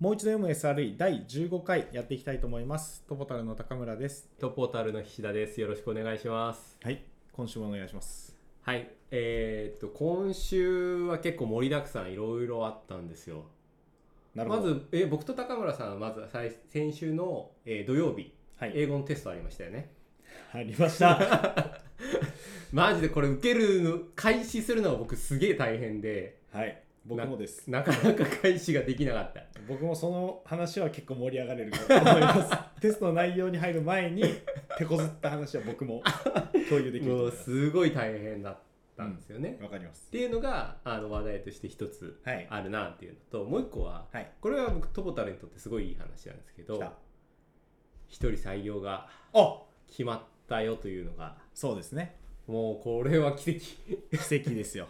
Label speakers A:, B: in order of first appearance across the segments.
A: もう一度読む SRE 第15回やっていきたいと思います。トポタルの高村です。
B: トップポータルの菱田です。よろしくお願いします。
A: はい、今週もお願いします。
B: はい、えーっと今週は結構盛りだくさんいろいろあったんですよ。
A: なるほ
B: ま
A: ど。、
B: ず、えー僕と高村さんはまず最先週の、えー土曜日、
A: はい、
B: 英語のテストありましたよね。
A: ありました。
B: マジでこれ受けるの開始するのが僕すげえ大変で
A: はい、僕もです。
B: なかなか開始ができなかった。
A: 僕もその話は結構盛り上がれると思い ます。テストの内容に入る前に、手こずった話は僕 も共有できると
B: も
A: 思
B: う
A: います。
B: すごい大変だったんですよね。っ
A: わかります。
B: ていうのがあの話題として一つ
A: はい。
B: あるなっていうのともう一個は
A: はい。
B: これは僕トボタルにとってすごいいい話なんですけ
A: 来
B: ど
A: た。
B: 一人採用が
A: あ
B: 決まったよというのが
A: そうですね。
B: もうこれは奇跡
A: 奇 跡です よ。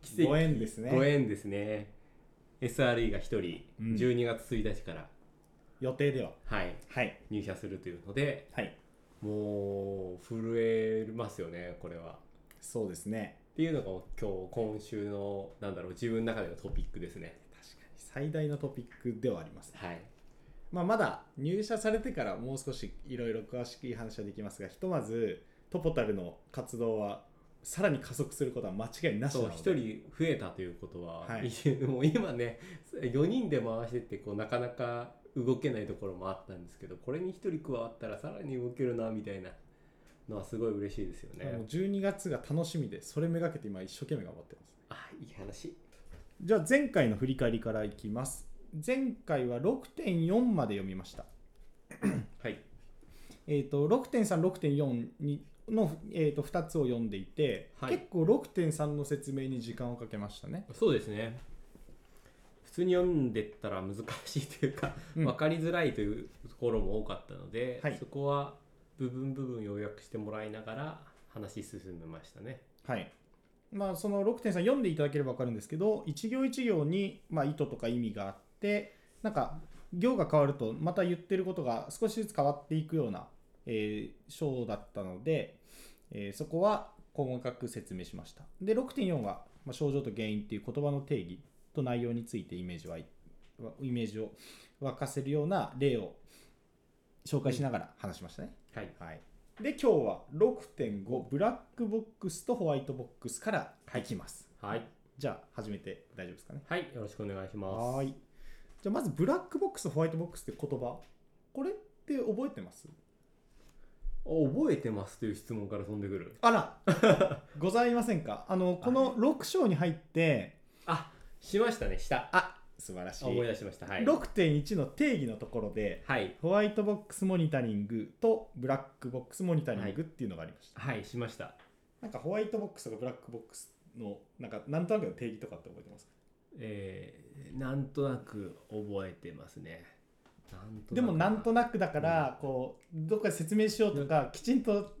B: 奇跡
A: ご縁ですね
B: ご縁ですね SRE が一人、
A: うん
B: 12月1日から
A: 予定では。
B: はい
A: はい。
B: 入社するというので
A: はい。
B: もう震えますよねこれは
A: そうですね。
B: っていうのが今日今週のなんだろう自分の中でのトピックですね
A: 確かに最大のトピックではあります。
B: はい
A: まあ、まだ入社されてからもう少しいろいろ詳しくいい話はできますがひとまずトポタルの活動はさらに加速することは間違いなしな
B: そう
A: ので
B: 一人増えたということは、
A: はい
B: もう今ね4人で回してってこうなかなか動けないところもあったんですけどこれに一人加わったらさらに動けるなみたいなのはすごい嬉しいですよ
A: あ
B: ね
A: の。12月が楽しみでそれめがけて今一生懸命頑張ってます
B: あいい話。
A: じゃあ前回の振り返りからいきます前回は6.4まで読みました
B: はい
A: えー、と6.36.4にの、えー、と2つを読んでいて、
B: はい
A: 結構6.3の説明に時間をかけましたね、
B: そうですね普通に読んでったら難しいというか、
A: うん
B: 分かりづらいというところも多かったので、
A: はい
B: そこは部分部分要約してもらいながら話進めましたね。
A: はい。まあ、その6.3読んでいただければ分かるんですけど、一行一行に、まあ、意図とか意味があって、なんか、行が変わると、また言ってることが少しずつ変わっていくような、えー章だったので、えーそこは細かく説明しました。で、6.4は、まあ、症状と原因っていう言葉の定義と内容についてイメージは、イメージを沸かせるような例を紹介しながら話しましたね。
B: はい、
A: はい、で今日は6.5ブラックボックスとホワイトボックスからいきます、
B: はい、
A: じゃあ始めて大丈夫ですかね
B: はい、よろしくお願いします。
A: はいじゃあまずブラックボックスホワイトボックスって言葉これって覚えてます
B: 覚えてますという質問から飛んでくる
A: あら ございませんかあのこの6章に入って
B: あしましたねした
A: あ素晴らしい、
B: 思い出しましたはい
A: 6.1の定義のところで
B: はい
A: ホワイトボックスモニタリングとブラックボックスモニタリングっていうのがありました、
B: はいしました
A: なんかホワイトボックスとかブラックボックスのなんかなんとなくの定義とかって覚えてます
B: えー、なんとなく覚えてますねなんと
A: でもなんと
B: な
A: なくだから、こうどっかで説明しようとか、きちんと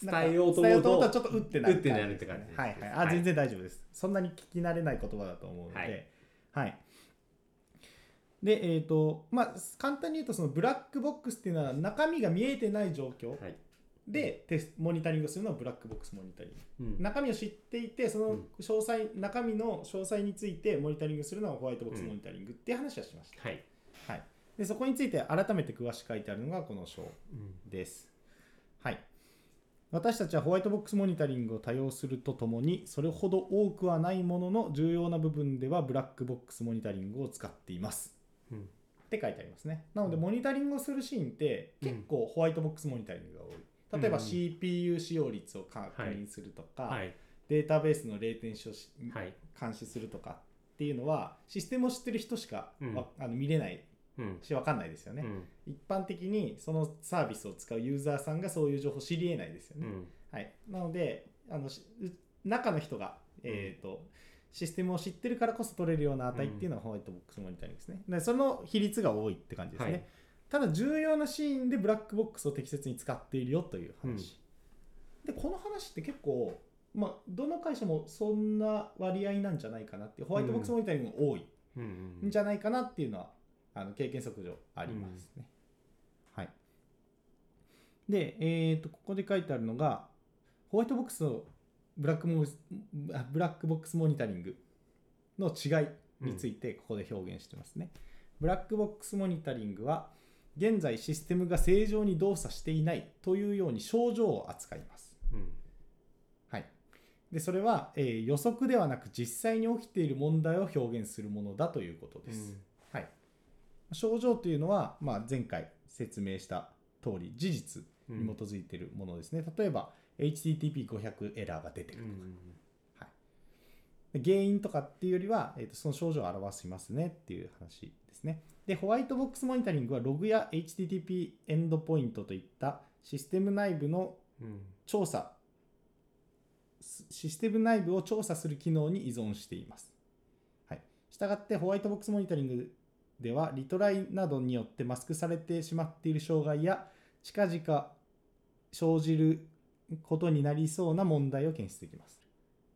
B: く
A: なんか
B: 伝えようと
A: 伝
B: 思
A: え
B: うと
A: 思ったらちょっと打ってない
B: 打ってなるって感じです
A: はいはいあ、全然大丈夫ですそんなに聞き慣れない言葉だと思うのでは
B: はいい、
A: でえっ、とまあ簡単に言うとそのブラックボックスっていうのは中身が見えてない状況
B: はい、
A: でテスモニタリングするのはブラックボックスモニタリング
B: うん、
A: 中身を知っていてその
B: うん
A: 詳細、中身の詳細についてモニタリングするのはホワイトボックスモニタリングっていう話はしました、
B: はい、
A: はい、でそこについて改めて詳しく書いてあるのがこの章です。はい、私たちはホワイトボックスモニタリングを多用するとともにそれほど多くはないものの重要な部分ではブラックボックスモニタリングを使っています。
B: うん
A: って書いてありますね。なのでモニタリングをするシーンって
B: うん
A: 結構ホワイトボックスモニタリングが多い。例えば
B: うん
A: CPU 使用率を確認するとか、
B: はい
A: データベースの0点をし
B: はい
A: 監視するとかっていうのはシステムを知ってる人しかわ、あの見れない
B: うん
A: し分かんないですよね、
B: うん
A: 一般的にそのサービスを使うユーザーさんがそういう情報を知り得ないですよ
B: う
A: ね、
B: ん
A: はい、なのであのし中の人が、えーとシステムを知ってるからこそ取れるような値っていうのはホワイトボックスモニタリングですね、でその比率が多いって感じですね、
B: はい
A: ただ重要なシーンでブラックボックスを適切に使っているよという話、でこの話って結構まあ、どの会社もそんな割合なんじゃないかなっていうホワイトボックスモニタリングが多い
B: うんうん
A: じゃないかなっていうのはあの経験則上ありますね。はい、で、えー、とここで書いてあるのがホワイトボックスのブラックモあブラックボックスモニタリングの違いについてここで表現してますね。ブラックボックスモニタリングは現在システムが正常に動作していないというように症状を扱います。
B: うん
A: はい、でそれは、えー予測ではなく実際に起きている問題を表現するものだということです。はい、症状というのは、まあ、前回説明した通り事実
B: うん
A: に基づいているものですね、例えば HTTP500 エラーが出て
B: う
A: るとか、
B: ん
A: で原因とかっていうよりは、えー、とその症状を表しますねっていう話ですねでホワイトボックスモニタリングはログや HTTP エンドポイントといったシステム内部の
B: うん
A: 調査シシステム内部を調査する機能に依存しています。はい、したがってホワイトボックスモニタリングではリトライなどによってマスクされてしまっている障害や近々生じることになりそうな問題を検出できます。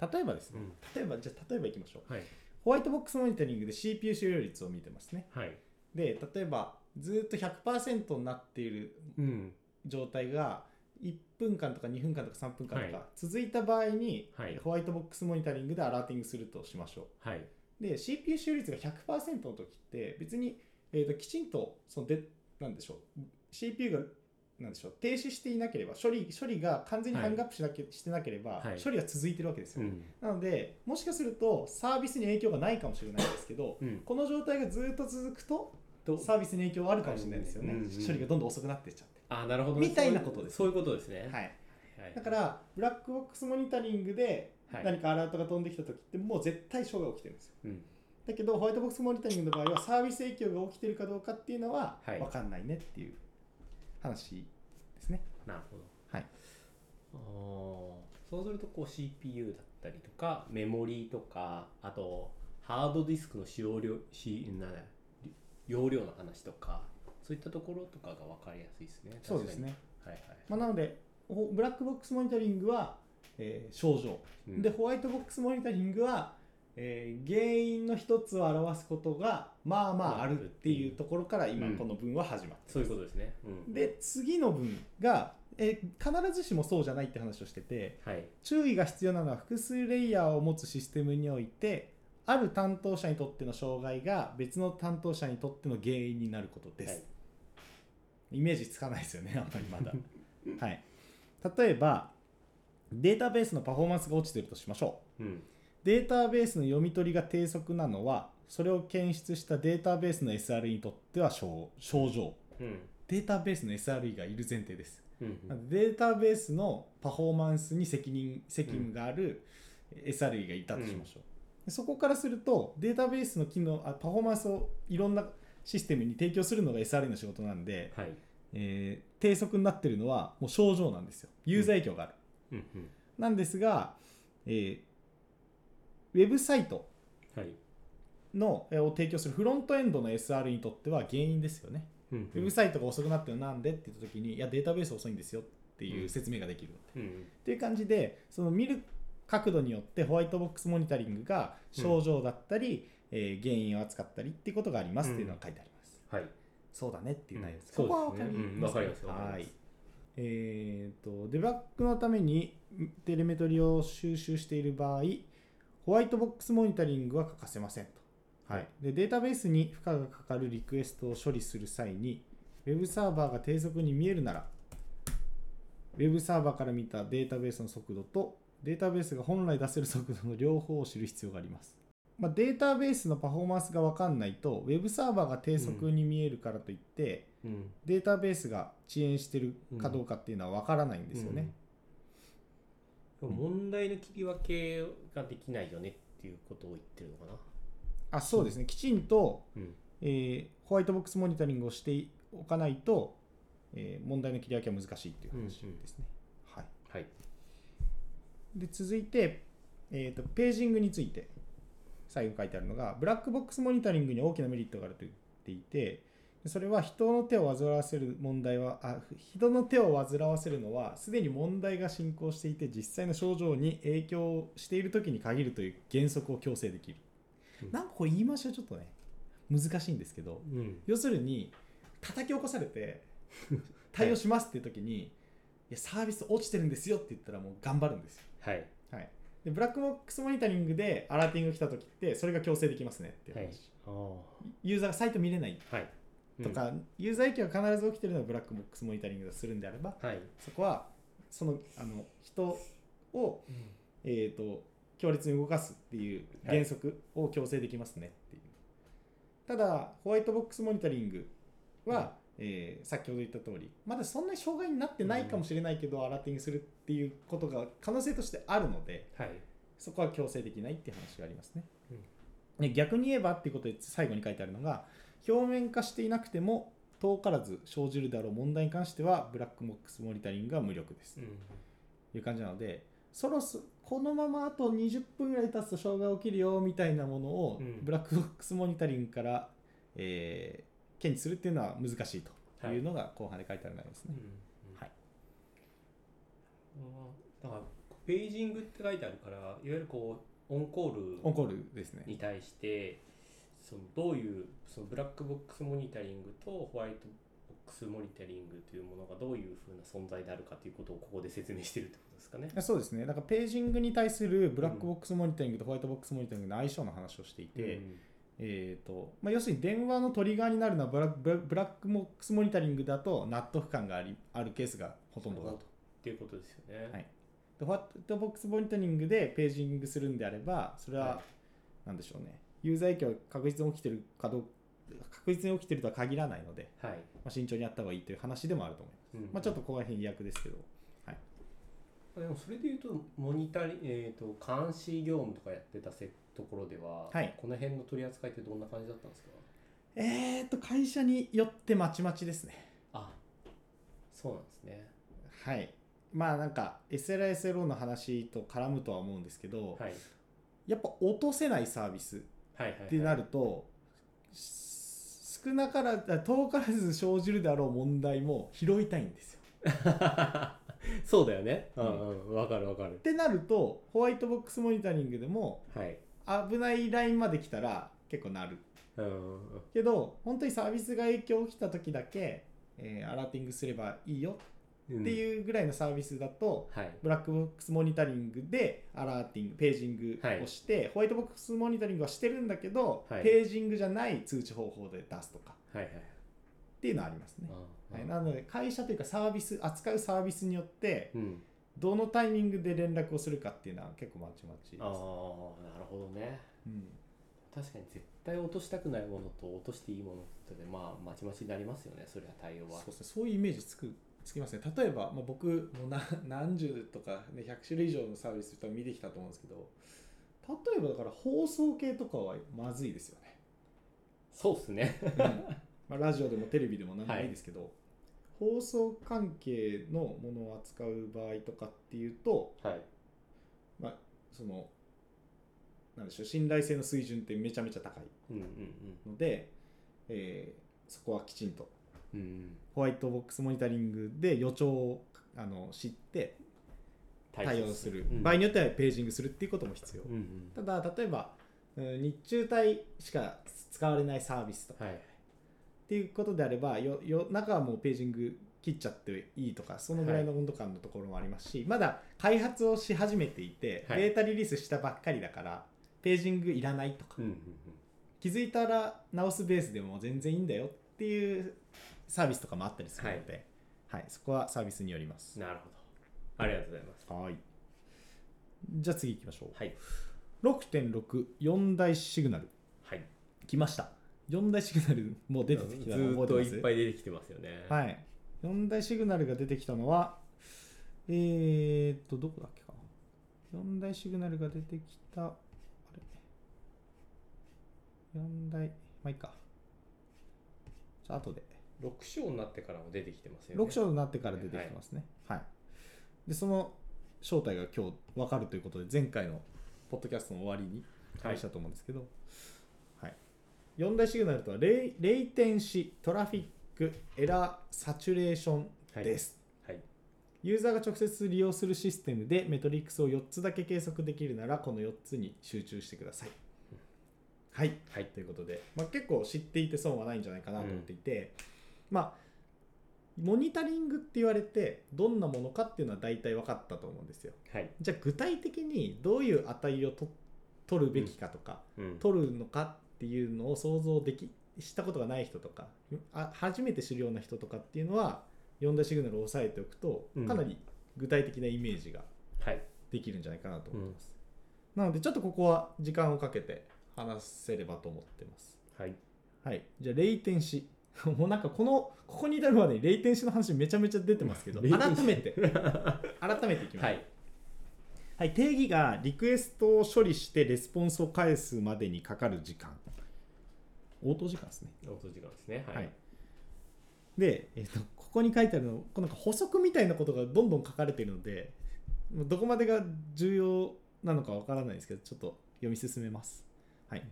A: 例えばですね、
B: うん
A: 例えばじゃあ例えばいきましょう。
B: はい
A: ホワイトボックスモニタリングで CPU 使用率を見てますね。
B: はい
A: で例えばずっと100%になっている
B: うん
A: 状態が1分間とか2分間とか3分間と
B: は
A: か続いた場合に、
B: はい
A: ホワイトボックスモニタリングでアラーティングするとしましょ
B: はい、
A: う。で CPU 使用率が100%の時って別に、えー、ときちんとそのでなんでしょう CPU がなんでしょう停止していなければ処理処理が完全にハングアップしなけ、してなければ、
B: はい
A: 処理は続いてるわけです
B: う
A: よ、
B: ん
A: なのでもしかするとサービスに影響がないかもしれないですけど
B: うん、
A: この状態がずっと続くと
B: と
A: サービスに影響はあるかもしれないですよね、
B: うんうん
A: 処理がどんどん遅くなっていっちゃって。
B: あなるほどね
A: みたいなことです
B: そういうことですね
A: はい
B: はい
A: だからブラックボックスモニタリングで
B: はい
A: 何かアラートが飛んできた時ってもう絶対障害起きてるんですよ
B: うん
A: だけどホワイトボックスモニタリングの場合はサービス影響が起きてるかどうかっていうのは
B: はい
A: 分かんないねっていう話ですね
B: なるほど
A: はい
B: あーそうするとこう CPU だったりとかメモリーとかあとハードディスクの使用量しな容量の話とかそういったところとかが分かりやすいですね
A: そうですね、
B: 確かにはいはい、
A: まあ、なのでほブラックボックスモニタリングは、えー症状、
B: うん
A: でホワイトボックスモニタリングは、えー原因の一つを表すことがまあまああるっていうところから今
B: うん
A: この文は始まって
B: そういうことですね、うん、
A: で次の文が、えー必ずしもそうじゃないって話をしてて
B: はい
A: 注意が必要なのは複数レイヤーを持つシステムにおいてある担当者にとっての障害が別の担当者にとっての原因になることです、
B: はい
A: イメージつかないですよ ねあんまりまだはい例えばデータベースのパフォーマンスが落ちてるとしましょう
B: うん
A: データベースの読み取りが低速なのはそれを検出したデータベースの SRE にとっては症症状
B: うん
A: データベースの SRE がいる前提です
B: うんうん
A: データベースのパフォーマンスに責任責務がある SRE がいたとしましょう、でそこからするとデータベースの機能あパフォーマンスをいろんなシステムに提供するのが SRE の仕事なんで、
B: はい
A: えー低速になってるのはもう症状なんですよユーザー影響がある、
B: うんうん
A: なんですが、えーウェブサイト
B: はい
A: のえーを提供するフロントエンドの SR にとっては原因ですよね、
B: うん
A: ウェブサイトが遅くなってるのなんでって言った時にいやデータベース遅いんですよっていう説明ができるので
B: うん
A: っていう感じでその見る角度によってホワイトボックスモニタリングが症状だったり、えー原因を扱ったりっていうことがありますっていうのが書いてあります、
B: はい
A: そうだねっていう内容です、
B: うん
A: ここは
B: そう
A: 分
B: で
A: かり
B: すね
A: ますか,、
B: うんわかりますわかりま
A: はい
B: す
A: えー、とデバッグのためにテレメトリを収集している場合ホワイトボックスモニタリングは欠かせませんと、
B: はい
A: でデータベースに負荷がかかるリクエストを処理する際にウェブサーバーが低速に見えるならウェブサーバーから見たデータベースの速度とデータベースが本来出せる速度の両方を知る必要があります、まあ、データベースのパフォーマンスが分かんないとウェブサーバーが低速に見えるからといって、
B: うん
A: データベースが遅延してるかどうかっていうのは分からないんですよね、
B: うん、問題の切り分けができないよねっていうことを言ってるのかな
A: あそうですねきちんと、
B: うん
A: えーホワイトボックスモニタリングをしておかないと、えー問題の切り分けは難しいっていう話ですね、はい
B: はい
A: で続いて、えーとページングについて最後書いてあるのがブラックボックスモニタリングに大きなメリットがあると言っていてそれは人の手を煩わせる問題はあ人の手を煩わせるのはすでに問題が進行していて実際の症状に影響している時に限るという原則を強制できる、
B: うん
A: なんかこれ言い回しはちょっとね難しいんですけど
B: うん
A: 要するに叩き起こされて対応しますっていう時に、いやサービス落ちてるんですよって言ったらもう頑張るんですよ
B: はい
A: はい、でブラックボックスモニタリングでアラーティングが来た時ってそれが強制できますねっていう話、
B: はいああ
A: ユーザーがサイト見れない
B: はい
A: と、か、ユーザー影響が必ず起きてるのはブラックボックスモニタリングがするんであれば
B: うんはい、
A: そこはそのあの人を、えー、と強烈に動かすっていう原則を強制できますねっていう、ただホワイトボックスモニタリングは、えー先ほど言った通りまだそんなに障害になってないかもしれないけど、アラーティングするっていうことが可能性としてあるので
B: はい
A: そこは強制できないっていう話がありますね、で逆に言えばっていうことで最後に書いてあるのが表面化していなくても遠からず生じるだろう問題に関してはブラックボックスモニタリングは無力です、
B: うん
A: いう感じなのでそろそこのままあと20分ぐらい経つと障害起きるよみたいなものを、
B: うん
A: ブラックボックスモニタリングから、えー検知するっていうのは難しいというのが後半で書いてある内容です
B: う
A: ね。
B: ん
A: はい
B: あーだからページングって書いてあるからいわゆるこうオンコ
A: オ
B: ー
A: ンコールですね
B: ル。に対してそのどういうそのブラックボックスモニタリングとホワイトボックスモニタリングというものがどういうふうな存在であるかということをここで説明してるってことですかね。
A: そうですね。だからページングに対するブラックボックスモニタリングとホワイトボックスモニタリングの相性の話をしていて、
B: うん
A: えーとまあ、要するに電話のトリガーになるのはブラブラブラックボックスモニタリングだと納得感がありあるケースがほとんどだと。
B: っていうことですよね。
A: はいでホワイトボックスモニタリングでページングするんであればそれは
B: は
A: 何でしょうねユーザー影響が確実に起きてるかどう確実に起きてるとは限らないので、
B: はい。
A: まあ、慎重にやった方がいいという話でもあると思います、
B: うん
A: まあ、ちょっとここら辺役ですけど
B: でもそれで言うとモニタリえー、と監視業務とかやってたせところでは、
A: はい
B: この辺の取り扱いってどんな感じだったんですか
A: えーと会社によってまちまちですね
B: あそうなんですね
A: はいまあなんか SLSLO の話と絡むとは思うんですけど、
B: はい
A: やっぱ落とせないサービス
B: はいはい、はい、
A: ってなると、し少なからず遠からず生じるであろう問題も拾いたいんですよ。
B: そうだよねう
A: うん
B: んうんわかるわかる
A: ってなるとホワイトボックスモニタリングでも
B: はい
A: 危ないラインまで来たら結構なる
B: うんうんうん
A: けど本当にサービスが影響起きた時だけ、えーアラーティングすればいいよ
B: うん
A: っていうぐらいのサービスだと、
B: はい
A: ブラックボックスモニタリングでアラーティングページングをして、ホワイトボックスモニタリングはしてるんだけど、
B: はい
A: ページングじゃない通知方法で出すとか
B: はいはい
A: っていうのはありますね。
B: うん
A: は
B: う
A: い、
B: ん
A: なので会社というかサービス扱うサービスによって
B: うん
A: どのタイミングで連絡をするかっていうのは結構まちまちです
B: ああなるほどね
A: うん
B: 確かに絶対落としたくないものと落としていいものってねまあまちまちになりますよねそれは対応は
A: そうですねそういうイメージつくつきますね例えば、まあ、僕もな 何十とか、ね、100種類以上のサービス多分見てきたと思うんですけど例えばだから放送系とかはまずいですよね、
B: そうですね
A: うんまあ、ラジオでもテレビでも何でもいいですけど、放送関係のものを扱う場合とかっていうと
B: はい
A: まあ、そのなんでしょう信頼性の水準ってめちゃめちゃ高い
B: うんうん
A: ので、えーそこはきちんと
B: うんうん
A: ホワイトボックスモニタリングで予兆をあの知って対応する、
B: うん
A: 場合によってはページングするっていうことも必要、
B: うんうん
A: ただ例えばうん日中帯しか使われないサービスとか
B: はい
A: っていうことであればよよ中はもうページング切っちゃっていいとかそのぐらいの温度感のところもありますし、まだ開発をし始めていて、
B: はい
A: データリリースしたばっかりだからページングいらないとか、
B: うんうん
A: 気づいたら直すベースでも全然いいんだよっていうサービスとかもあったりするので、はいそこはサービスによります
B: うん。なるほどありがとうございます
A: はいじゃあ次行きましょ
B: はいう
A: 6.64大シグナル
B: はい
A: 来ました4大シグナルもう出てきたの
B: ずーっ
A: 覚
B: と
A: えてます
B: いっぱい出てきてますよね
A: はい、4大シグナルが出てきたのは、えー、っと、どこだっけかな。4大シグナルが出てきた、あれ ?4 大、まあいいか。じゃあ、後で。
B: 6章になってからも出てきてますよね
A: 6章になってから出てきてますね。はい。で、その正体が今日分かるということで、前回のポッドキャストの終わりに
B: はい
A: 話したと思うんですけど、はい4大シグナルとはレイ、レイテンシ、トラフィック、エラー、サチュレーション
B: はい
A: です。
B: はい
A: ユーザーが直接利用するシステムでメトリックスを4つだけ計測できるならこの4つに集中してください。はい、
B: はい
A: ということで、まあ、結構知っていて損はないんじゃないかなと思っていて、まあモニタリングって言われてどんなものかっていうのは大体分かったと思うんですよ。
B: はい
A: じゃあ具体的にどういう値をと取るべきかとか、
B: うん
A: 取るのかっっていうのを想像できしたことがない人とかあ初めて知るような人とかっていうのは4大シグナルを押さえておくと
B: うん
A: かなり具体的なイメージが
B: はい
A: できるんじゃないかなと思ってます、なのでちょっとここは時間をかけて話せればと思ってます
B: はい
A: はいじゃあレイテンシ もうなんかこのここに至るまでにレイテンシの話めちゃめちゃ出てますけど
B: レイテンシ
A: 改めて改めていきます、
B: はい
A: はい、定義がリクエストを処理してレスポンスを返すまでにかかる時間応答時間ですね
B: お時間ですね
A: は、
B: はいい、
A: で、えっとここに書いてあるのこのなんか補足みたいなことがどんどん書かれているのでもうどこまでが重要なのかわからないですけどちょっと読み進めます、はい、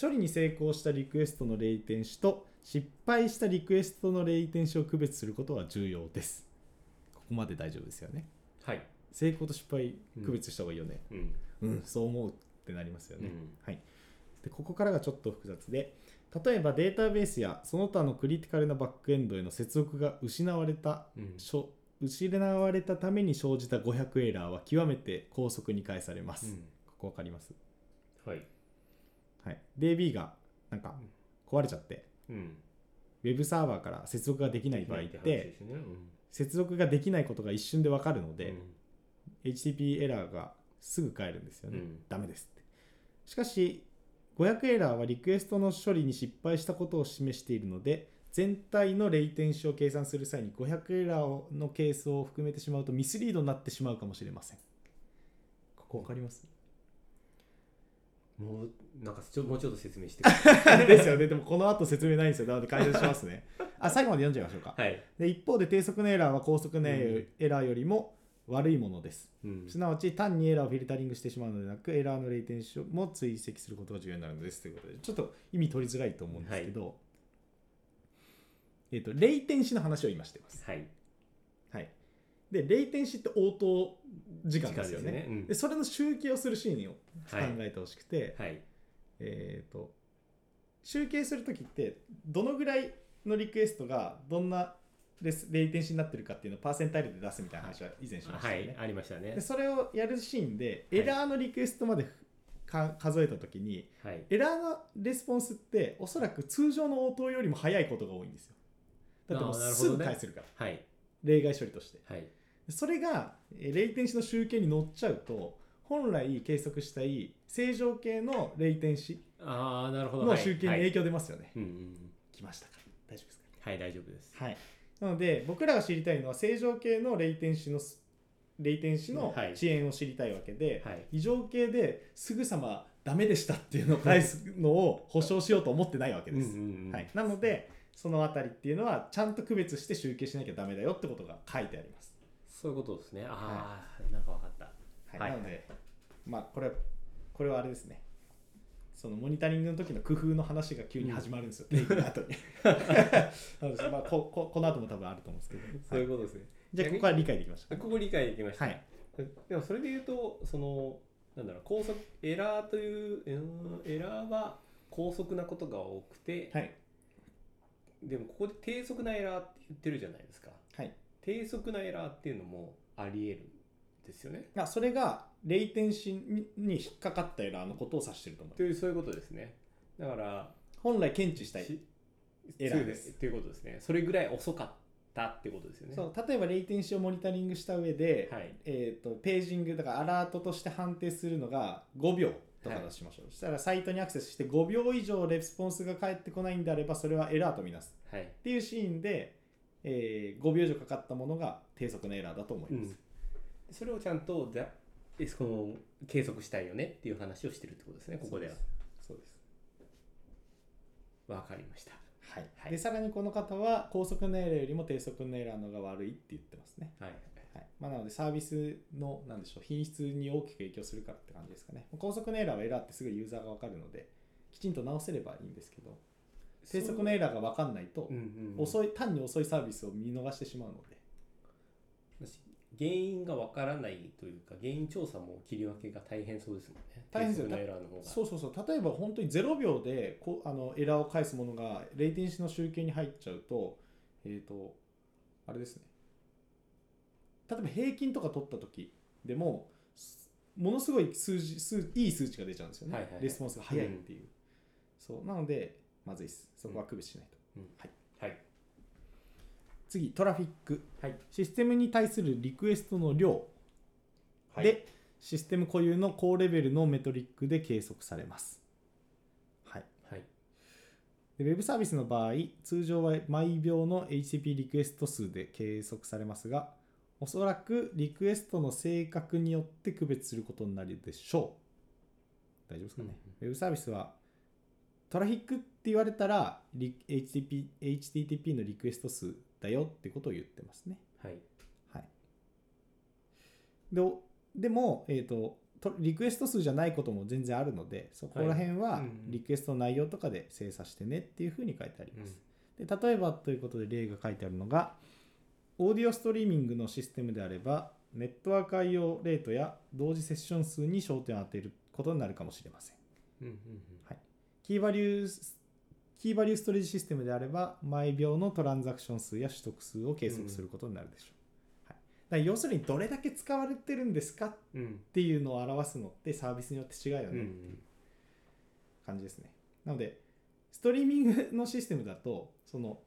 A: 処理に成功したリクエストのレイテンシと失敗したリクエストのレイテンシを区別することは重要ですここまで大丈夫ですよね
B: はい
A: 成功と失敗区別した方がいいよね、
B: うん
A: うん、そう思うってなりますよね。
B: うん
A: はい、でここからがちょっと複雑で例えばデータベースやその他のクリティカルなバックエンドへの接続が失われた
B: うん
A: しょ失われたために生じた500エラーは極めて高速に返されます。
B: う
A: ここわかります、
B: んはい
A: はい、DB がなんか壊れちゃって
B: うん
A: ウェブサーバーから接続ができない場合っ
B: できない話
A: て
B: ですねうん
A: 接続ができないことが一瞬でわかるので、
B: うん
A: HTTP エラーがすぐ返るんですよね、
B: うん
A: ダメですってしかし500エラーはリクエストの処理に失敗したことを示しているので全体のレイテンシを計算する際に500エラーのケースを含めてしまうとミスリードになってしまうかもしれませんここわかります
B: もうなんかちょもうちょっと説明してくださ
A: ですよねでもこの後説明ないんですよなので解説しますねあ最後まで読んじゃいましょうか、
B: いはい、
A: で一方で低速のエラーは高速のエラーよりも悪いものです
B: うん
A: すなわち単にエラーをフィルタリングしてしまうのでなくエラーのレイテンシも追跡することが重要になるのですということでちょっと意味取りづらいと思うんですけど、えっとレイテンシの話を今してます、
B: はい
A: はい、でレイテンシって応答時間ですよねで
B: うん
A: それの集計をするシーンを考
B: はい
A: えてほしくて、
B: はい
A: えっ、と集計する時ってどのぐらいのリクエストがどんなレスレイテンシになってるかっていうのをパーセンタイルで出すみたいな話は以前しました
B: は
A: よね、
B: いありましたね
A: でそれをやるシーンで
B: はい
A: エラーのリクエストまでか数えた時に
B: はい
A: エラーのレスポンスっておそらく通常の応答よりも早いことが多いんですよだってもう
B: あーなるほ
A: す
B: どね
A: ぐ返せるから
B: はい
A: 例外処理として
B: はい
A: それがえーレイテンシの集計に乗っちゃうと本来計測したい正常系のレイテンシ
B: ああなるほど
A: の集計に
B: はいはい
A: 影響出ますよね、
B: うんうんうん
A: 来ましたか大丈夫ですか
B: はい大丈夫です
A: はい、なので僕らが知りたいのは正常系のレイテンシのすレイテンシの
B: はい
A: 遅延を知りたいわけで、
B: はい
A: 異常系ですぐさまダメでしたっていうのを返すのを保証しようと思ってないわけ
B: うん
A: で
B: う
A: す。
B: んうん
A: はい、なのでそのあたりっていうのはちゃんと区別して集計しなきゃダメだよってことが書いてあります。
B: そういうことですねああ、なんかわかった
A: はい
B: はい
A: なので、まあ、これこれはあれですねそのモニタリングの時の工夫の話が急に始まるんですよ、テイクの後に なのでまあ、こここの後も多分あると思うんですけど、
B: そう
A: はいいう
B: ことですね
A: じゃあここは理解できました、
B: ここ理解できました、
A: はい
B: でもそれで言うとそのなんだろう高速エラーという、うんエラーは高速なことが多くて、
A: はい
B: でもここで低速なエラーって言ってるじゃないですか
A: はい
B: 低速なエラーっていうのもありえるんですよね
A: まあ、それがレイテンシにに引っかかったエラーのことを指してると思う
B: というそういうことですねだから
A: 本来検知したい
B: し
A: エラーです
B: そうということですねそれぐらい遅かったってことですよね
A: そう例えばレイテンシをモニタリングした上で、
B: はい
A: えー、とページングだからアラートとして判定するのが5秒とか
B: は
A: と
B: い
A: しましょう、そしたらサイトにアクセスして5秒以上レスポンスが返ってこないんであればそれはエラーとみなす
B: はい、
A: っていうシーンで、えー5秒以上かかったものが低速のエラーだと思います、
B: それをちゃんとだえその計測したいよねっていう話をしてるってことですねここでは
A: そうです
B: わかりました
A: はい、
B: はい
A: でさらにこの方は高速のエラーよりも低速のエラーの方が悪いって言ってますね
B: はい
A: はいまあ、なのでサービスのなんでしょう品質に大きく影響するからって感じですかね高速のエラーはエラーってすぐユーザーが分かるのできちんと直せればいいんですけど低速のエラーが分かんないと
B: うんうんうん
A: 遅い単に遅いサービスを見逃してしまうので
B: 原因がわからないというか原因調査も切り分けが大変そうですもんね
A: 大変ですよ
B: 低速のエラーの方が
A: そうそうそう例えば本当に0秒でこうあのエラーを返すものがレイテンシの集計に入っちゃうとえっ、とあれですね例えば平均とか取った時でもすものすごい数字数いい数値が出ちゃうんですよね、
B: はいはいはい
A: レスポンスが早いっていう、そうなのでまずいですそこは区別しないと、
B: はい
A: 次トラフィック
B: はい
A: システムに対するリクエストの量
B: はい
A: でシステム固有の高レベルのメトリックで計測されます、はい、
B: はい
A: でウェブサービスの場合通常は毎秒の HTTP リクエスト数で計測されますがおそらくリクエストの性格によって区別することになるでしょう大丈夫ですかね、ウェブサービスはトラフィックって言われたらリ HTTP, HTTP のリクエスト数だよってことを言ってますね
B: はい
A: はい、でおでも、えーと、とリクエスト数じゃないことも全然あるのでそこら辺
B: は
A: はい
B: うん
A: リクエストの内容とかで精査してねっていうふうに書いてあります。で例えばということで例が書いてあるのがオーディオストリーミングのシステムであればネットワーク IO レートや同時セッション数に焦点を当てることになるかもしれません。
B: うんうん
A: キーバリュースキーバリューストレージシステムであれば毎秒のトランザクション数や取得数を計測することになるでしょう、はい、だから要するにどれだけ使われてるんですかっ
B: うんうん
A: ていうのを表すのってサービスによって違うよねっていう感じですね、なのでストリーミングのシステムだとその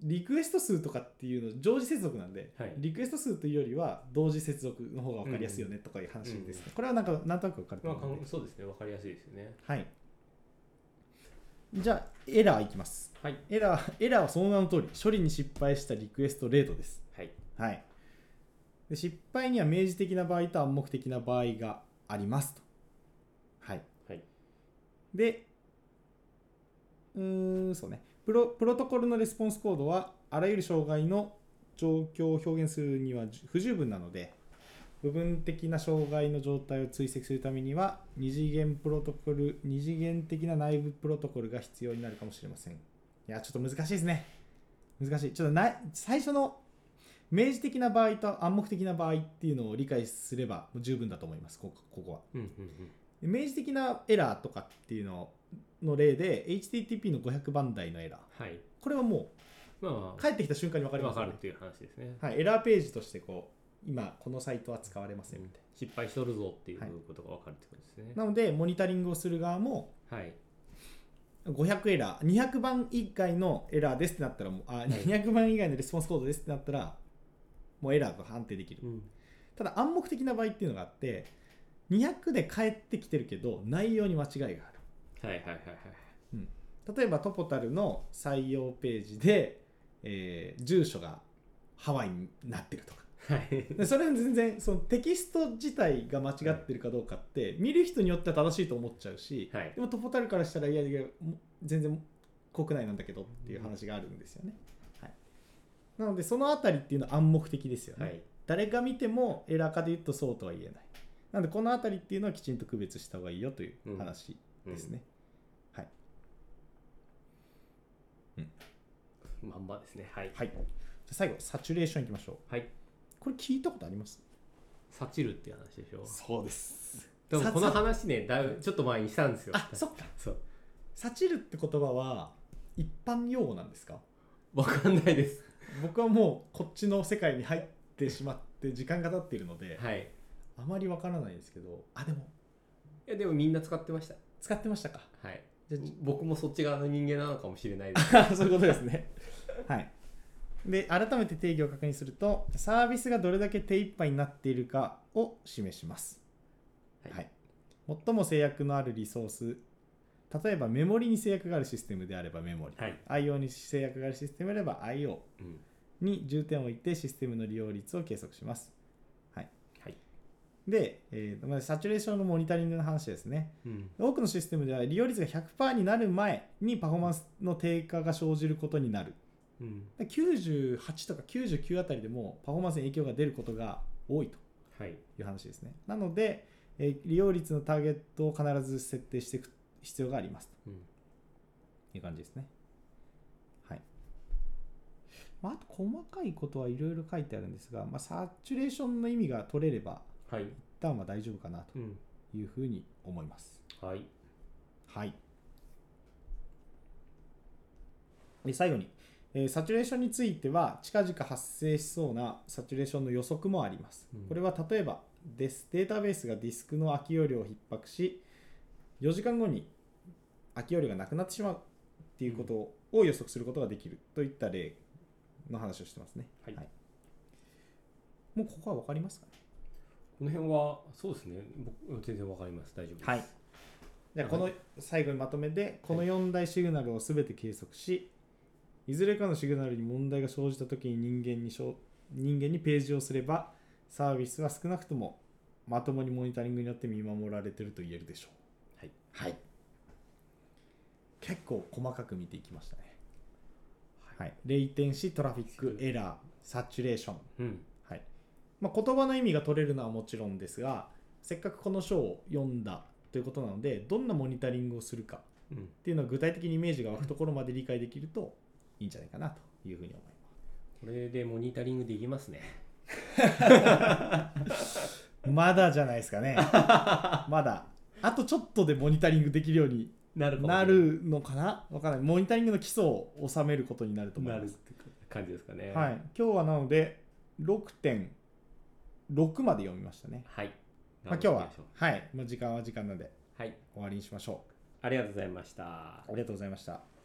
A: リクエスト数とかっていうの常時接続なんで、
B: はい
A: リクエスト数というよりは同時接続の方が分かりやすいよねとかいう話ですね、
B: う
A: これはなんかなんとなく分かると
B: まあ
A: 思う
B: か
A: の
B: ん
A: で、
B: そうですねわかりやすいですよね
A: はいじゃあエラーいきます
B: はい
A: エラー、エラーはその名の通り、処理に失敗したリクエストレートです。
B: はい
A: はい。で失敗には明示的な場合と暗黙的な場合がありますと。はい。
B: はい
A: で、うーん、そうね。プロプロトコルのレスポンスコードは、あらゆる障害の状況を表現するには不十分なので、部分的な障害の状態を追跡するためには、二次元プロトコル、二次元的な内部プロトコルが必要になるかもしれません。いや、ちょっと難しいですね。難しい。ちょっとな最初の明示的な場合と暗黙的な場合っていうのを理解すればもう十分だと思います、ここここは。
B: うんうん
A: で明示的なエラーとかっていうのの例で HTTP の500番台のエラー
B: はい
A: これはも
B: まあま
A: う
B: あ
A: 帰ってきた瞬間に分かりま
B: わ
A: すよ
B: か
A: ね
B: るっていう話ですね
A: はい、エラーページとしてこう今このサイトは使われませんみたい
B: 失敗しとるぞってい
A: はいう
B: ことがわかるってことですね
A: な、なのでモニタリングをする側も
B: はい
A: 500エラー200番以外のエラーですってなったらもうあ200番以外のレスポンスコードですってなったらもうエラーが判定できる
B: うん
A: ただ暗黙的な場合っていうのがあって200で返ってきてるけど内容に間違いがある
B: はいはいはいはい
A: 例えばトポタルの採用ページで、えー住所がハワイになってるとか
B: はい
A: でそれは全然そのテキスト自体が間違ってるかどうかって、見る人によっては正しいと思っちゃうし、
B: はい
A: でもトポタルからしたらいやいやも全然国内なんだけどっていう話があるんですよね、はい、なのでそのあたりっていうのは暗黙的ですよね、
B: はい
A: 誰が見てもエラー化で言うとそうとは言えないなのでこのあたりっていうのはきちんと区別した方がいいよという話、ですね。はい。
B: うんまんまですねはい
A: はい。じゃあ最後、サチュレーションいきましょう。
B: はい
A: これ聞いたことあります
B: サチルっていう話でしょ
A: そうです。
B: でも
A: さ
B: この話ねだいぶちょっと前にしたんですよ
A: あ、そっか。
B: そう
A: サチルって言葉は一般用語なんですか
B: わかんないです
A: 僕はもうこっちの世界に入ってしまって時間が経っているので、
B: はい
A: あまりわからないですけど、あ、でも、
B: いやでもみんな使ってました
A: 使ってましたか。
B: はい
A: じゃあ
B: 僕もそっち側の人間なのかもしれないです
A: あ そういうことですね。はい。で、改めて定義を確認すると、サービスがどれだけ手一杯になっているかを示します。
B: はい
A: はい。最も制約のあるリソース、例えばメモリに制約があるシステムであればメモリ、
B: はい、
A: IO に制約があるシステムであれば IO
B: うん、
A: に重点を置いてシステムの利用率を計測します。はい。
B: はい、
A: で、えーまあサチュレーションのモニタリングの話ですね。
B: うん、
A: 多くのシステムでは利用率が100%になる前にパフォーマンスの低下が生じることになる
B: うん、
A: で98とか99あたりでもパフォーマンスに影響が出ることが多いと
B: はい
A: いう話ですねなので、えー利用率のターゲットを必ず設定していく必要があります
B: うん
A: という感じですねはい、まあ、あと細かいことはいろいろ書いてあるんですが、まあ、サチュレーションの意味が取れれば
B: はい
A: 一旦は大丈夫かなと
B: うん
A: いうふうに思います
B: はい
A: はい。で最後に、えーサチュレーションについては近々発生しそうなサチュレーションの予測もあります。
B: うん
A: これは例えばですデータベースがディスクの空き容量を逼迫し4時間後に空き容量がなくなってしまうっていうことを予測することができるといった例の話をしてますね。
B: はい
A: もうここは分かりますかね。
B: この辺はそうですね僕全然わかります大丈夫です、
A: はいじゃあこの最後にまとめてこの4大シグナルを全て計測しいずれかのシグナルに問題が生じた時に人間にしょ人間にページをすればサービスは少なくともまともにモニタリングによって見守られてると言えるでしょう
B: はい、
A: はい、結構細かく見ていきましたね、はい、レイテンシトラフィックエラーサチュレーション
B: うん
A: はいまあ、言葉の意味が取れるのはもちろんですがせっかくこの書を読んだということなのでどんなモニタリングをするか
B: うん
A: っていうのは具体的にイメージが湧くところまで理解できるといいんじゃないかなというふうに思い
B: これでモニタリングできますね
A: ますまだじゃないですかね まだあとちょっとでモニタリングできるように
B: なる
A: なるのかなわからないモニタリングの基礎を収めることになると思い
B: な
A: ま
B: るっ
A: す
B: て感じですかね
A: はい、今日はなので6.6まで読みましたね、
B: はい、
A: まあ、今日は、はいまあ、時間は時間なので
B: はい
A: 終わりにしましょう
B: ありがとうございました
A: ありがとうございました。